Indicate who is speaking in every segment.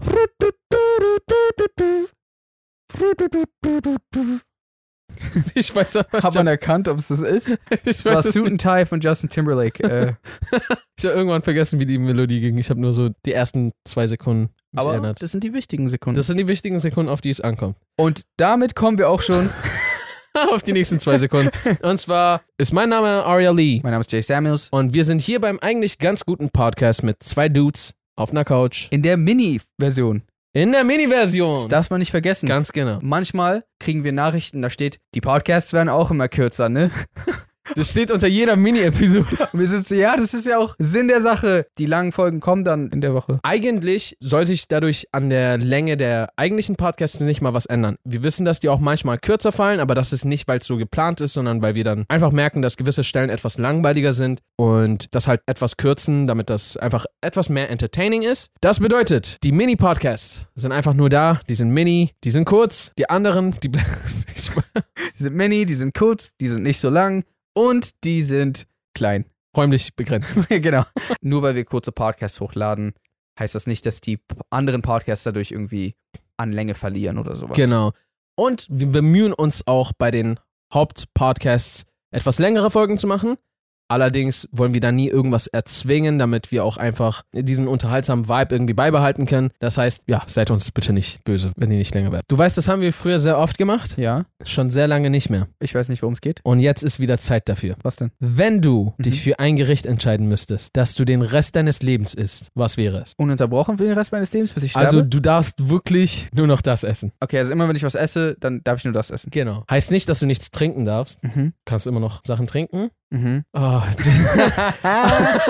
Speaker 1: Ich weiß aber,
Speaker 2: Hat man erkannt, ob es das ist?
Speaker 1: ich
Speaker 2: Das war
Speaker 1: weiß es
Speaker 2: Suit and Tie von Justin Timberlake. Äh,
Speaker 1: Ich habe irgendwann vergessen, wie die Melodie ging. Ich habe nur so die ersten zwei Sekunden mich
Speaker 2: aber
Speaker 1: erinnert.
Speaker 2: das sind die wichtigen Sekunden.
Speaker 1: Das sind die wichtigen Sekunden, auf die es ankommt.
Speaker 2: Und damit kommen wir auch schon.
Speaker 1: auf die nächsten zwei Sekunden. Und zwar ist mein Name Aria Lee.
Speaker 2: mein Name ist Jay Samuels.
Speaker 1: Und wir sind hier beim eigentlich ganz guten Podcast mit zwei Dudes auf einer Couch.
Speaker 2: In der Mini-Version.
Speaker 1: In der Mini-Version.
Speaker 2: Das darf man nicht vergessen.
Speaker 1: Oh, Ganz genau.
Speaker 2: Manchmal kriegen wir Nachrichten, da steht, die Podcasts werden auch immer kürzer, ne?
Speaker 1: Das steht unter jeder Mini-Episode.
Speaker 2: Und wir sind so, ja, das ist ja auch Sinn der Sache. Die langen Folgen kommen dann in der Woche.
Speaker 1: Eigentlich soll sich dadurch an der Länge der eigentlichen Podcasts nicht mal was ändern. Wir wissen, dass die auch manchmal kürzer fallen, aber das ist nicht, weil es so geplant ist, sondern weil wir dann einfach merken, dass gewisse Stellen etwas langweiliger sind und das halt etwas kürzen, damit das einfach etwas mehr entertaining ist. Das bedeutet, die Mini-Podcasts sind einfach nur da, die sind mini, die sind kurz, die anderen, die... Ich
Speaker 2: Die sind mini, die sind kurz, die sind nicht so lang und die sind klein.
Speaker 1: räumlich begrenzt.
Speaker 2: genau. Nur weil wir kurze Podcasts hochladen, heißt das nicht, dass die p- anderen Podcasts dadurch irgendwie an Länge verlieren oder sowas.
Speaker 1: Genau. Und wir bemühen uns auch bei den Hauptpodcasts etwas längere Folgen zu machen. Allerdings wollen wir da nie irgendwas erzwingen, damit wir auch einfach diesen unterhaltsamen Vibe irgendwie beibehalten können. Das heißt, ja, seid uns bitte nicht böse, wenn die nicht länger werden. Du weißt, das haben wir früher sehr oft gemacht,
Speaker 2: Ja,
Speaker 1: schon sehr lange nicht mehr.
Speaker 2: ich weiß nicht, worum es geht.
Speaker 1: Und jetzt ist wieder Zeit dafür.
Speaker 2: Was denn?
Speaker 1: Wenn du
Speaker 2: Mhm.
Speaker 1: dich für ein Gericht entscheiden müsstest, dass du den Rest deines Lebens isst, was wäre es?
Speaker 2: Ununterbrochen für den Rest meines Lebens, bis ich sterbe?
Speaker 1: Also du darfst wirklich nur noch das essen.
Speaker 2: okay, also immer wenn ich was esse, dann darf ich nur das essen.
Speaker 1: Genau. Heißt nicht, dass du nichts trinken darfst.
Speaker 2: Mhm.
Speaker 1: kannst immer noch Sachen trinken.
Speaker 2: Mhm.
Speaker 1: Ah,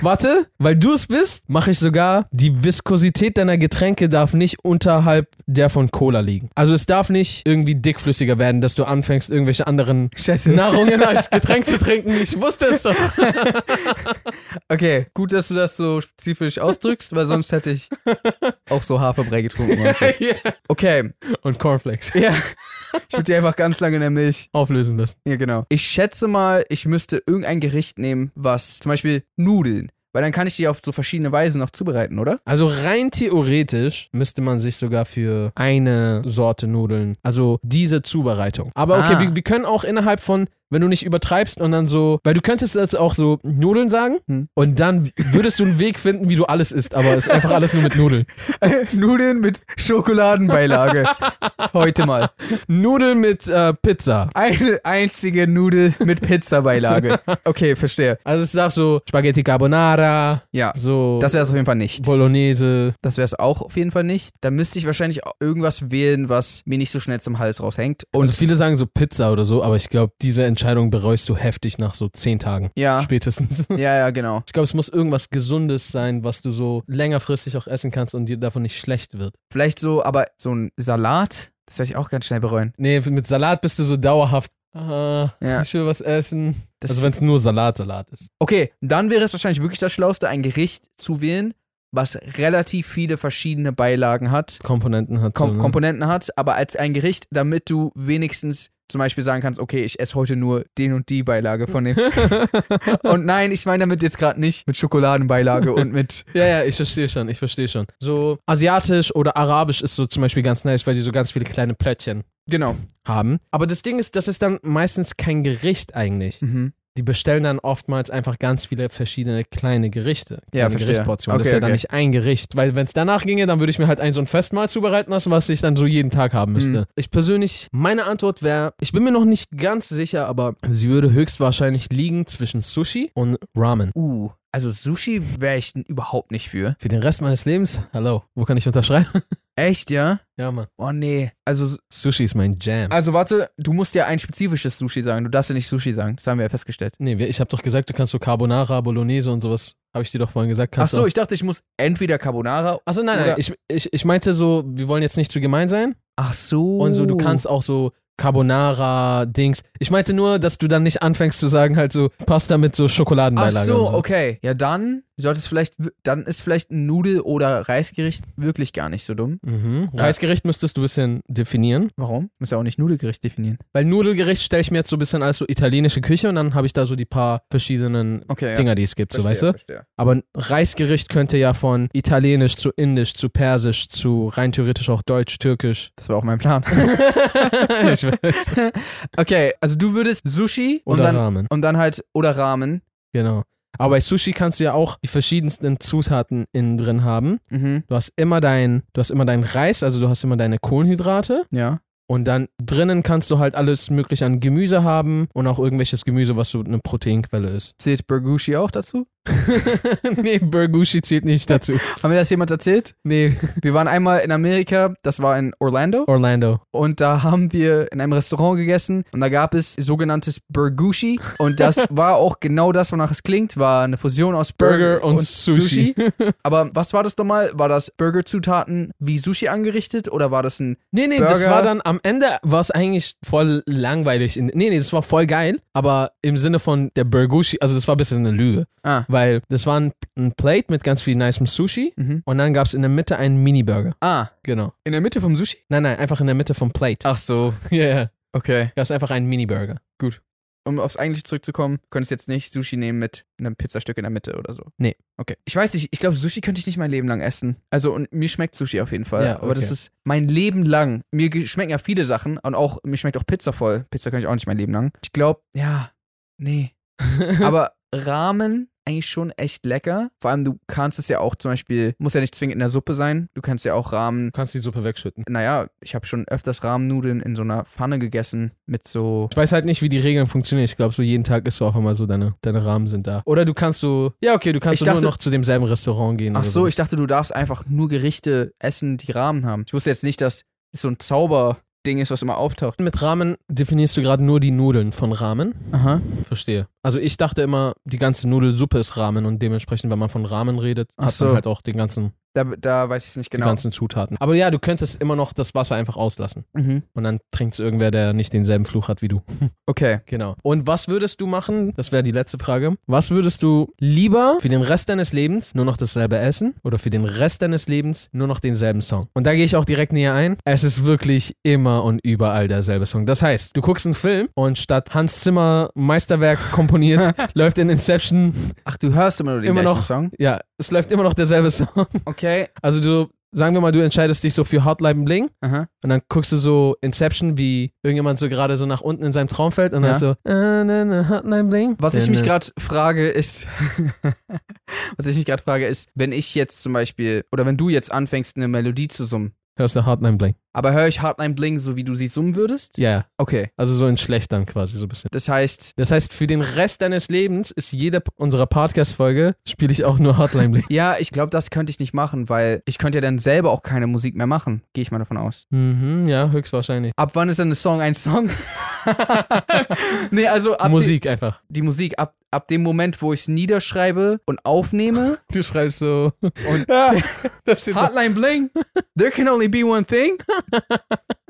Speaker 1: Warte, weil du es bist, mache ich sogar, die Viskosität deiner Getränke darf nicht unterhalb der von Cola liegen. Also es darf nicht irgendwie dickflüssiger werden, dass du anfängst, irgendwelche anderen
Speaker 2: Scheiße.
Speaker 1: Nahrungen als Getränk zu trinken. Ich wusste es doch.
Speaker 2: Okay, gut, dass du das so spezifisch ausdrückst, weil sonst hätte ich auch so Haferbrei getrunken. und so. Okay,
Speaker 1: Und Cornflakes.
Speaker 2: ja. Ich würde die einfach ganz lange in der Milch.
Speaker 1: Auflösen lassen.
Speaker 2: Ja, genau. Ich schätze mal, ich müsste irgendein Gericht nehmen, was zum Beispiel Nudeln. Weil dann kann ich die auf so verschiedene Weisen noch zubereiten, oder?
Speaker 1: Also rein theoretisch müsste man sich sogar für eine Sorte Nudeln, also diese Zubereitung. Aber okay,
Speaker 2: Ah.
Speaker 1: wir, wir können auch innerhalb von, wenn du nicht übertreibst und dann so, weil du könntest jetzt auch so Nudeln sagen
Speaker 2: Hm.
Speaker 1: und dann würdest du einen Weg finden, wie du alles isst, aber es ist einfach alles nur mit Nudeln.
Speaker 2: Nudeln mit Schokoladenbeilage. Heute mal.
Speaker 1: Nudeln mit äh, Pizza.
Speaker 2: Eine einzige Nudel mit Pizzabeilage. Okay, verstehe.
Speaker 1: Also es darf so Spaghetti Carbonara,
Speaker 2: Ja,
Speaker 1: so
Speaker 2: das wäre es auf jeden Fall nicht.
Speaker 1: Bolognese.
Speaker 2: Das wäre es auch auf jeden Fall nicht. Da müsste ich wahrscheinlich au- irgendwas wählen, was mir nicht so schnell zum Hals raushängt. Und
Speaker 1: Und Also viele sagen so Pizza oder so, aber ich glaube, diese Entscheidung bereust du heftig nach so zehn Tagen.
Speaker 2: ja,
Speaker 1: Spätestens.
Speaker 2: ja, ja, genau.
Speaker 1: Ich glaube, es muss irgendwas Gesundes sein, was du so längerfristig auch essen kannst und dir davon nicht schlecht wird.
Speaker 2: Vielleicht so, aber so ein Salat, das werde ich auch ganz schnell bereuen.
Speaker 1: Nee, mit Salat bist du so dauerhaft. Ah,
Speaker 2: Ja.
Speaker 1: ich will was essen.
Speaker 2: Das
Speaker 1: also wenn es nur Salat, Salat ist.
Speaker 2: okay, dann wäre es wahrscheinlich wirklich das Schlauste, ein Gericht zu wählen, was relativ viele verschiedene Beilagen hat,
Speaker 1: Komponenten hat
Speaker 2: Kom
Speaker 1: so, ne?
Speaker 2: Komponenten hat, aber als ein Gericht, damit du wenigstens zum Beispiel sagen kannst, okay, ich esse heute nur den und die Beilage von dem. und nein, ich meine damit jetzt gerade nicht mit Schokoladenbeilage und mit
Speaker 1: Ja, ja, ich verstehe schon, ich verstehe schon. So asiatisch oder arabisch ist so zum Beispiel ganz nice, weil die so ganz viele kleine Plättchen
Speaker 2: genau.
Speaker 1: haben. Aber das Ding ist, das ist dann meistens kein Gericht eigentlich.
Speaker 2: Mhm.
Speaker 1: Die bestellen dann oftmals einfach ganz viele verschiedene kleine Gerichte.
Speaker 2: Ja,
Speaker 1: kleine
Speaker 2: verstehe.
Speaker 1: Gerichtsportionen. das ist
Speaker 2: Okay,
Speaker 1: ja dann
Speaker 2: okay.
Speaker 1: nicht ein Gericht. Weil wenn es danach ginge, dann würde ich mir halt ein so ein Festmahl zubereiten lassen, was ich dann so jeden Tag haben müsste.
Speaker 2: Mhm.
Speaker 1: Ich persönlich, meine Antwort wäre, ich bin mir noch nicht ganz sicher, aber sie würde höchstwahrscheinlich liegen zwischen Sushi und Ramen.
Speaker 2: Uh, also Sushi wäre ich n- überhaupt nicht für.
Speaker 1: Für den Rest meines Lebens, hallo, wo kann ich unterschreiben?
Speaker 2: Echt, ja?
Speaker 1: ja, Mann.
Speaker 2: Oh nee. Also,
Speaker 1: Sushi ist mein Jam.
Speaker 2: also warte, du musst ja ein spezifisches Sushi sagen. Du darfst ja nicht Sushi sagen. Das haben wir ja festgestellt.
Speaker 1: Nee, wir- ich habe doch gesagt, du kannst so Carbonara, Bolognese und sowas. Habe ich dir doch vorhin gesagt.
Speaker 2: Ach
Speaker 1: Kannst
Speaker 2: so,
Speaker 1: auch-
Speaker 2: ich dachte, ich muss entweder Carbonara.
Speaker 1: Ach so, nein, nein.
Speaker 2: Oder-
Speaker 1: Ich, ich, ich meinte so, wir wollen jetzt nicht zu gemein sein.
Speaker 2: Ach so.
Speaker 1: Und so, du kannst auch so Carbonara-Dings. Ich meinte nur, dass du dann nicht anfängst zu sagen, halt so Pasta mit so
Speaker 2: Ach
Speaker 1: Schokoladenbeilage.
Speaker 2: so,
Speaker 1: und so.
Speaker 2: okay. Ja, dann Du solltest vielleicht, w- dann ist vielleicht ein Nudel- oder Reisgericht wirklich gar nicht so dumm.
Speaker 1: Mhm. Reisgericht müsstest du ein bisschen definieren.
Speaker 2: Warum? Muss ja auch nicht Nudelgericht definieren.
Speaker 1: Weil Nudelgericht stelle ich mir jetzt so ein bisschen als so italienische Küche und dann habe ich da so die paar verschiedenen
Speaker 2: Okay, ja.
Speaker 1: Dinger, die es gibt, so weißt du?
Speaker 2: Verstehe.
Speaker 1: Aber ein Reisgericht könnte ja von Italienisch zu Indisch zu Persisch zu rein theoretisch auch Deutsch, Türkisch.
Speaker 2: Das war auch mein Plan.
Speaker 1: ich weiß.
Speaker 2: Okay, also du würdest Sushi
Speaker 1: Oder
Speaker 2: und dann
Speaker 1: Ramen.
Speaker 2: und dann halt oder Ramen.
Speaker 1: Genau. Aber bei Sushi kannst du ja auch die verschiedensten Zutaten innen drin haben.
Speaker 2: Mhm.
Speaker 1: Du hast immer dein, du hast immer deinen Reis, also du hast immer deine Kohlenhydrate
Speaker 2: Ja.
Speaker 1: und dann drinnen kannst du halt alles mögliche an Gemüse haben und auch irgendwelches Gemüse, was so eine Proteinquelle ist.
Speaker 2: Zählt Burgushi auch dazu?
Speaker 1: nee, Burgushi zählt nicht dazu.
Speaker 2: Haben wir das jemand erzählt?
Speaker 1: Nee,
Speaker 2: Wir waren einmal in Amerika, das war in Orlando
Speaker 1: Orlando.
Speaker 2: und da haben wir in einem Restaurant gegessen und da gab es sogenanntes Burgushi und das war auch genau das, wonach es klingt, war eine Fusion aus
Speaker 1: Burger und, Sushi.
Speaker 2: Aber was war das nochmal? War das Burgerzutaten wie Sushi angerichtet oder war das ein
Speaker 1: Nee, nee, das
Speaker 2: Burger.
Speaker 1: war dann am Ende war es eigentlich voll langweilig. In- Nee, nee, das war voll geil, aber im Sinne von der Burgushi, also das war ein bisschen eine Lüge,
Speaker 2: Ah.
Speaker 1: weil das war ein, ein Plate mit ganz viel nicem Sushi
Speaker 2: Mhm.
Speaker 1: und dann gab es in der Mitte einen Mini-Burger.
Speaker 2: Ah,
Speaker 1: Genau.
Speaker 2: in der Mitte vom Sushi?
Speaker 1: Nein, nein, einfach in der Mitte vom Plate.
Speaker 2: Ach so,
Speaker 1: Ja, ja.
Speaker 2: okay.
Speaker 1: Gab es einfach einen Mini-Burger.
Speaker 2: um aufs eigentliche zurückzukommen, könntest jetzt nicht Sushi nehmen mit einem Pizzastück in der Mitte oder so.
Speaker 1: Nee.
Speaker 2: Okay. Ich weiß nicht, ich glaube, Sushi könnte ich nicht mein Leben lang essen. Also, und mir schmeckt Sushi auf jeden Fall.
Speaker 1: Ja,
Speaker 2: Aber das
Speaker 1: okay.
Speaker 2: ist mein Leben lang. Mir ge- schmecken ja viele Sachen und auch, mir schmeckt auch Pizza voll. Pizza kann ich auch nicht mein Leben lang. Ich glaube, ja, nee. Aber Ramen eigentlich schon echt lecker. Vor allem, du kannst es ja auch zum Beispiel, muss ja nicht zwingend in der Suppe sein. Du kannst ja auch Ramen.
Speaker 1: Du kannst die Suppe wegschütten.
Speaker 2: Naja, ich habe schon öfters Rahmennudeln in so einer Pfanne gegessen mit so.
Speaker 1: Ich weiß halt nicht, wie die Regeln funktionieren. Ich glaube, so jeden Tag ist so auch immer so, deine, deine Rahmen sind da. Oder du kannst so, ja, okay, du
Speaker 2: Ich
Speaker 1: kannst so
Speaker 2: dachte-
Speaker 1: nur noch zu demselben Restaurant gehen.
Speaker 2: Ach
Speaker 1: oder
Speaker 2: so, ich dachte, du darfst einfach nur Gerichte essen, die Rahmen haben. Ich wusste jetzt nicht, dass es so ein Zauberding ist, was immer auftaucht.
Speaker 1: Mit Ramen definierst du gerade nur die Nudeln von Ramen.
Speaker 2: Aha.
Speaker 1: Verstehe. Also ich dachte immer, die ganze Nudelsuppe ist Ramen und dementsprechend, wenn man von Ramen redet,
Speaker 2: Ach
Speaker 1: hat
Speaker 2: so.
Speaker 1: man halt auch den ganzen,
Speaker 2: Da, da weiß ich es nicht
Speaker 1: die
Speaker 2: genau.
Speaker 1: ganzen Zutaten. Aber ja, du könntest immer noch das Wasser einfach auslassen.
Speaker 2: Mhm.
Speaker 1: Und dann trinkt es irgendwer, der nicht denselben Fluch hat wie du.
Speaker 2: Okay.
Speaker 1: Genau. Und was würdest du machen? Das wäre die letzte Frage. Was würdest du lieber für den Rest deines Lebens nur noch dasselbe essen oder für den Rest deines Lebens nur noch denselben Song? Und da gehe ich auch direkt näher ein. Es ist wirklich immer und überall derselbe Song. Das heißt, du guckst einen Film und statt Hans Zimmer Meisterwerk komponiert, läuft in Inception,
Speaker 2: Ach, du hörst immer nur den
Speaker 1: Immer
Speaker 2: gleichen
Speaker 1: noch.
Speaker 2: Song?
Speaker 1: ja, es läuft immer noch derselbe Song.
Speaker 2: Okay.
Speaker 1: Also du, sagen wir mal, du entscheidest dich so für Hotline Bling
Speaker 2: Aha.
Speaker 1: und dann guckst du so Inception, wie irgendjemand so gerade so nach unten in seinem Traum fällt und dann
Speaker 2: Ja.
Speaker 1: hast du äh, ne, ne, Hotline Bling.
Speaker 2: Was ich
Speaker 1: Ne,
Speaker 2: mich
Speaker 1: ne.
Speaker 2: gerade frage ist, was ich mich gerade frage ist, wenn ich jetzt zum Beispiel, oder wenn du jetzt anfängst, eine Melodie zu summen,
Speaker 1: Hörst du Hotline Bling?
Speaker 2: aber höre ich Hardline Bling, so wie du sie summen würdest?
Speaker 1: Ja, ja.
Speaker 2: Okay.
Speaker 1: Also so in schlecht dann quasi so ein bisschen.
Speaker 2: Das heißt,
Speaker 1: Das heißt, für den Rest deines Lebens ist jede p- unserer Podcast-Folge, spiele ich auch nur Hotline Bling.
Speaker 2: ja, ich glaube, das könnte ich nicht machen, weil ich könnte ja dann selber auch keine Musik mehr machen. Gehe ich mal davon aus.
Speaker 1: mhm, ja, höchstwahrscheinlich.
Speaker 2: Ab wann ist denn ein Song ein Song? nee, also ab
Speaker 1: Musik einfach.
Speaker 2: Die, die Musik, ab, ab dem Moment, wo ich es niederschreibe und aufnehme.
Speaker 1: Du schreibst so.
Speaker 2: Und-
Speaker 1: ja, da steht so.
Speaker 2: Hotline Bling, there can only be one thing.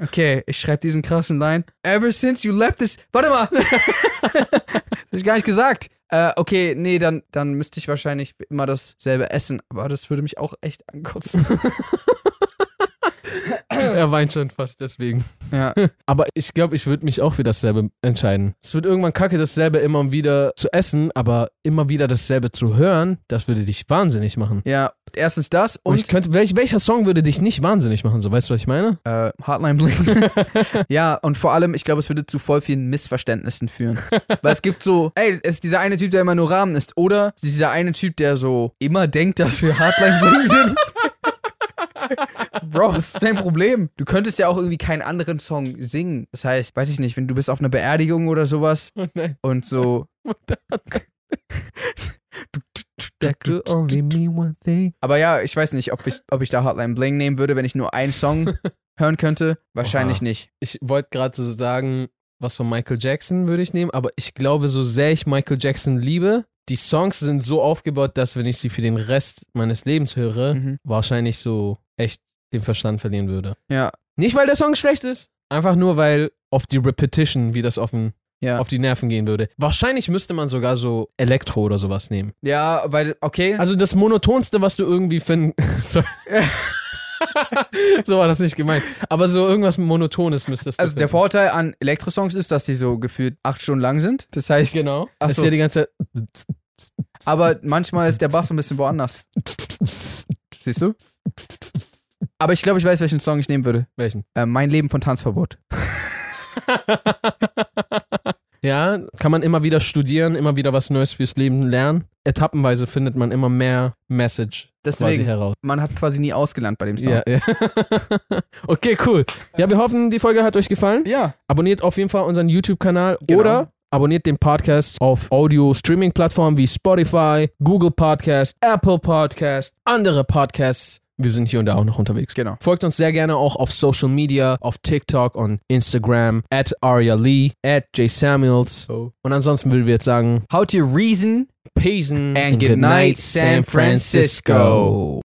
Speaker 2: Okay, ich schreibe diesen krassen Line. Ever since you left this. Warte mal! das hab ich gar nicht gesagt. Äh, okay, nee, dann, dann müsste ich wahrscheinlich immer dasselbe essen, aber das würde mich auch echt ankotzen.
Speaker 1: Er weint schon fast deswegen.
Speaker 2: ja.
Speaker 1: Aber ich glaube, ich würde mich auch für dasselbe entscheiden. Es wird irgendwann kacke, dasselbe immer um wieder zu essen, aber immer wieder dasselbe zu hören, das würde dich wahnsinnig machen.
Speaker 2: ja, erstens das
Speaker 1: Und,
Speaker 2: und
Speaker 1: ich könnte, welch, welcher Song würde dich nicht wahnsinnig machen? So, weißt du, was ich meine?
Speaker 2: Äh, Hardline Bling. ja, und vor allem, ich glaube, es würde zu voll vielen Missverständnissen führen. Weil es gibt so, ey, es ist dieser eine Typ, der immer nur Rahmen ist. Oder es ist dieser eine Typ, der so immer denkt, dass wir Hardline Bling sind. Bro, das ist dein Problem. Du könntest ja auch irgendwie keinen anderen Song singen. Das heißt, weiß ich nicht, wenn du bist auf einer Beerdigung oder sowas und so.
Speaker 1: That could only mean one thing.
Speaker 2: Aber ja, ich weiß nicht, ob ich, ob ich da Hotline Bling nehmen würde, wenn ich nur einen Song hören könnte. Wahrscheinlich
Speaker 1: Oha.
Speaker 2: nicht.
Speaker 1: ich wollte gerade so sagen, was von Michael Jackson würde ich nehmen, aber ich glaube, so sehr ich Michael Jackson liebe, die Songs sind so aufgebaut, dass wenn ich sie für den Rest meines Lebens höre,
Speaker 2: Mhm.
Speaker 1: wahrscheinlich so echt den Verstand verlieren würde.
Speaker 2: Ja,
Speaker 1: Nicht, weil der Song schlecht ist, einfach nur, weil auf die Repetition, wie das auf dem
Speaker 2: Ja.
Speaker 1: auf die Nerven gehen würde. Wahrscheinlich müsste man sogar so Elektro oder sowas nehmen.
Speaker 2: ja, weil, okay.
Speaker 1: Also das Monotonste, was du irgendwie finden. Sorry. so war das nicht gemeint. Aber so irgendwas Monotones müsstest du.
Speaker 2: Also der
Speaker 1: finden.
Speaker 2: Vorteil an Elektrosongs ist, dass die so gefühlt acht Stunden lang sind. Das heißt,
Speaker 1: Genau.
Speaker 2: Ach
Speaker 1: Das
Speaker 2: so.
Speaker 1: ist ja die ganze Zeit.
Speaker 2: aber manchmal ist der Bass ein bisschen woanders. Siehst du? Aber ich glaube, ich weiß, welchen Song ich nehmen würde.
Speaker 1: Welchen?
Speaker 2: Äh, mein Leben von Tanzverbot.
Speaker 1: Ja, kann man immer wieder studieren, immer wieder was Neues fürs Leben lernen. Etappenweise findet man immer mehr Message quasi
Speaker 2: Deswegen,
Speaker 1: heraus.
Speaker 2: man hat quasi nie ausgelernt bei dem Song.
Speaker 1: Ja, ja. okay, cool. Ja, wir hoffen, die Folge hat euch gefallen.
Speaker 2: ja.
Speaker 1: Abonniert auf jeden Fall unseren YouTube-Kanal
Speaker 2: Genau.
Speaker 1: oder abonniert den Podcast auf Audio-Streaming-Plattformen wie Spotify, Google Podcast, Apple Podcast, andere Podcasts. Wir sind hier und da auch noch unterwegs.
Speaker 2: Genau.
Speaker 1: Folgt uns sehr gerne auch auf Social Media, auf TikTok und Instagram, at Arya Lee, at J Samuels. Und ansonsten würden wir jetzt sagen,
Speaker 2: How to reason
Speaker 1: Peace and,
Speaker 2: and good night, San Francisco.